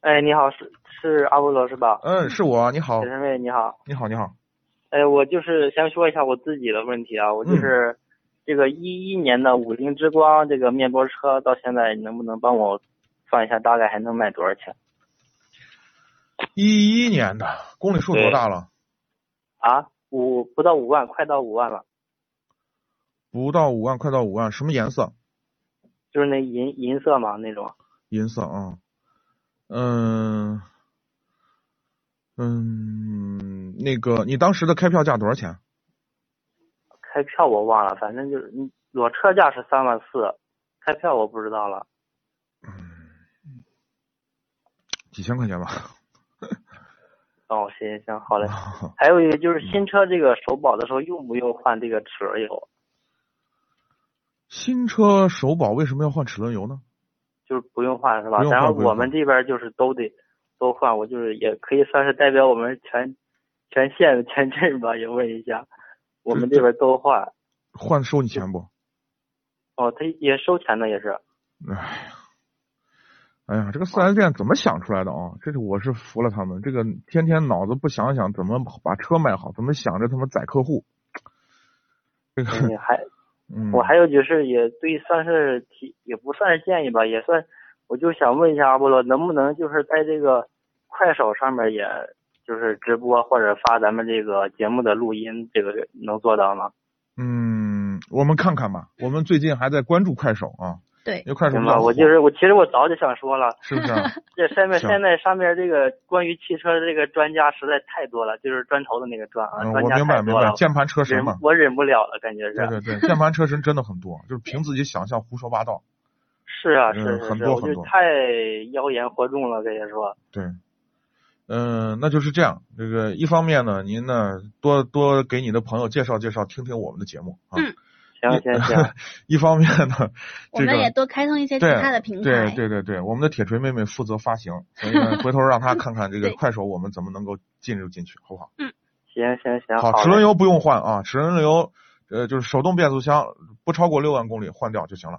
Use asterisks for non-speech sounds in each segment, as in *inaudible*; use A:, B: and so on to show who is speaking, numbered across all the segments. A: 哎，你好，是是阿波罗是吧？
B: 嗯，是我，你好
A: 铁，三位你好，
B: 你好，你好。
A: 哎，我就是先说一下我自己的问题啊，我
B: 嗯
A: 就是这个一一年的五菱之光这个面包车到现在能不能帮我算一下大概还能卖多少钱
B: 一一年的，公里数多大了？
A: 啊？五不到五万，快到五万了，
B: 不到五万，快到五万，什么颜色？
A: 就是那银银色嘛那种。
B: 银色啊，嗯嗯，那个你当时的开票价多少钱？
A: 开票我忘了，反正就是嗯裸车价是三万四，开票我不知道了。
B: 几千块钱吧。 *laughs*
A: 哦，行行，好嘞。
B: 啊
A: 还有一个就是新车这个首保的时候用不用换这个齿轮油？
B: 新车首保为什么要换齿轮油呢？
A: 就是不用换是吧
B: 不？用换
A: 然后
B: 不用
A: 我
B: 换
A: 们这边就是都得都换，我就是也可以算是代表我们全全县的全镇吧，也问一
B: *laughs*
A: 下，我们这边都换。
B: 换收你钱不？
A: 哦，他也收钱的也是。
B: 哎呀，哎呀，这个四 S 店怎么想出来的啊？这是我是服了他们，这个天天脑子不想想怎么把车卖好，怎么想着他们宰客户。这个，
A: 嗯还
B: *laughs* 嗯，
A: 我还有就是也对，算是提也不算是建议吧，也算，我就想问一下阿波罗，能不能就是在这个快手上面，也就是直播或者发咱们这个节目的录音，这个能做到吗？
B: 嗯，我们看看吧。我们最近还在关注快手啊，
C: 对
B: 因，为快手
A: 行
B: 比
A: 吧，
B: 较火
A: 我就是我其实我早就想说了，
B: 是不是啊？
A: 这上面
B: 行
A: 现在上面这个关于汽车的这个专家实在太多了，就是砖头的那个砖 *laughs* 啊，
B: 嗯，
A: 专
B: 我
A: 家
B: 明
A: 太
B: 白明
A: 多
B: 白
A: 了，，
B: 键盘车神
A: 忍
B: 嘛，
A: 我忍不了了，感觉是
B: 对对对，键盘车神真的很多，就是凭自己想象胡说八道。
A: 是啊
B: 嗯
A: 是是
B: 很
A: 是，
B: 多
A: 我
B: 很
A: 就
B: 多
A: 太妖言惑众了，跟你说，
B: 对，嗯、那就是这样。这个一方面呢，您呢多多给你的朋友介绍介绍，听听我们的节目啊。
C: 嗯
A: 行行行，
B: 一方面呢，
C: *laughs* 我
B: 这
C: 们
B: 个
C: 也多开通一些其
B: 对
C: 他的平
B: 对
C: 台，
B: 对对对，我们的铁锤妹妹负责发行，所以
C: *laughs*
B: 呢，回头让她看看这个
C: 对
B: 快手我们怎么能够进入进去，好不好？ *laughs*
A: 行行行，好
B: 好，
A: 嘞
B: 齿轮油不用换啊，齿轮油呃就是手动变速箱，不超过六万公里换掉就行了。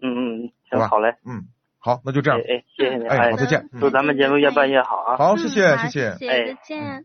A: 嗯嗯，
B: 好
A: 行，
B: 吧
A: 好嘞，
B: 嗯，好，那就这样
A: 哎。哎，谢谢你，
B: 哎好再见
A: 祝咱们节目越办越好啊！
B: 好，
C: 嗯
B: 谢谢
C: 好
B: 谢谢。
C: 谢
A: 哎
C: 再见。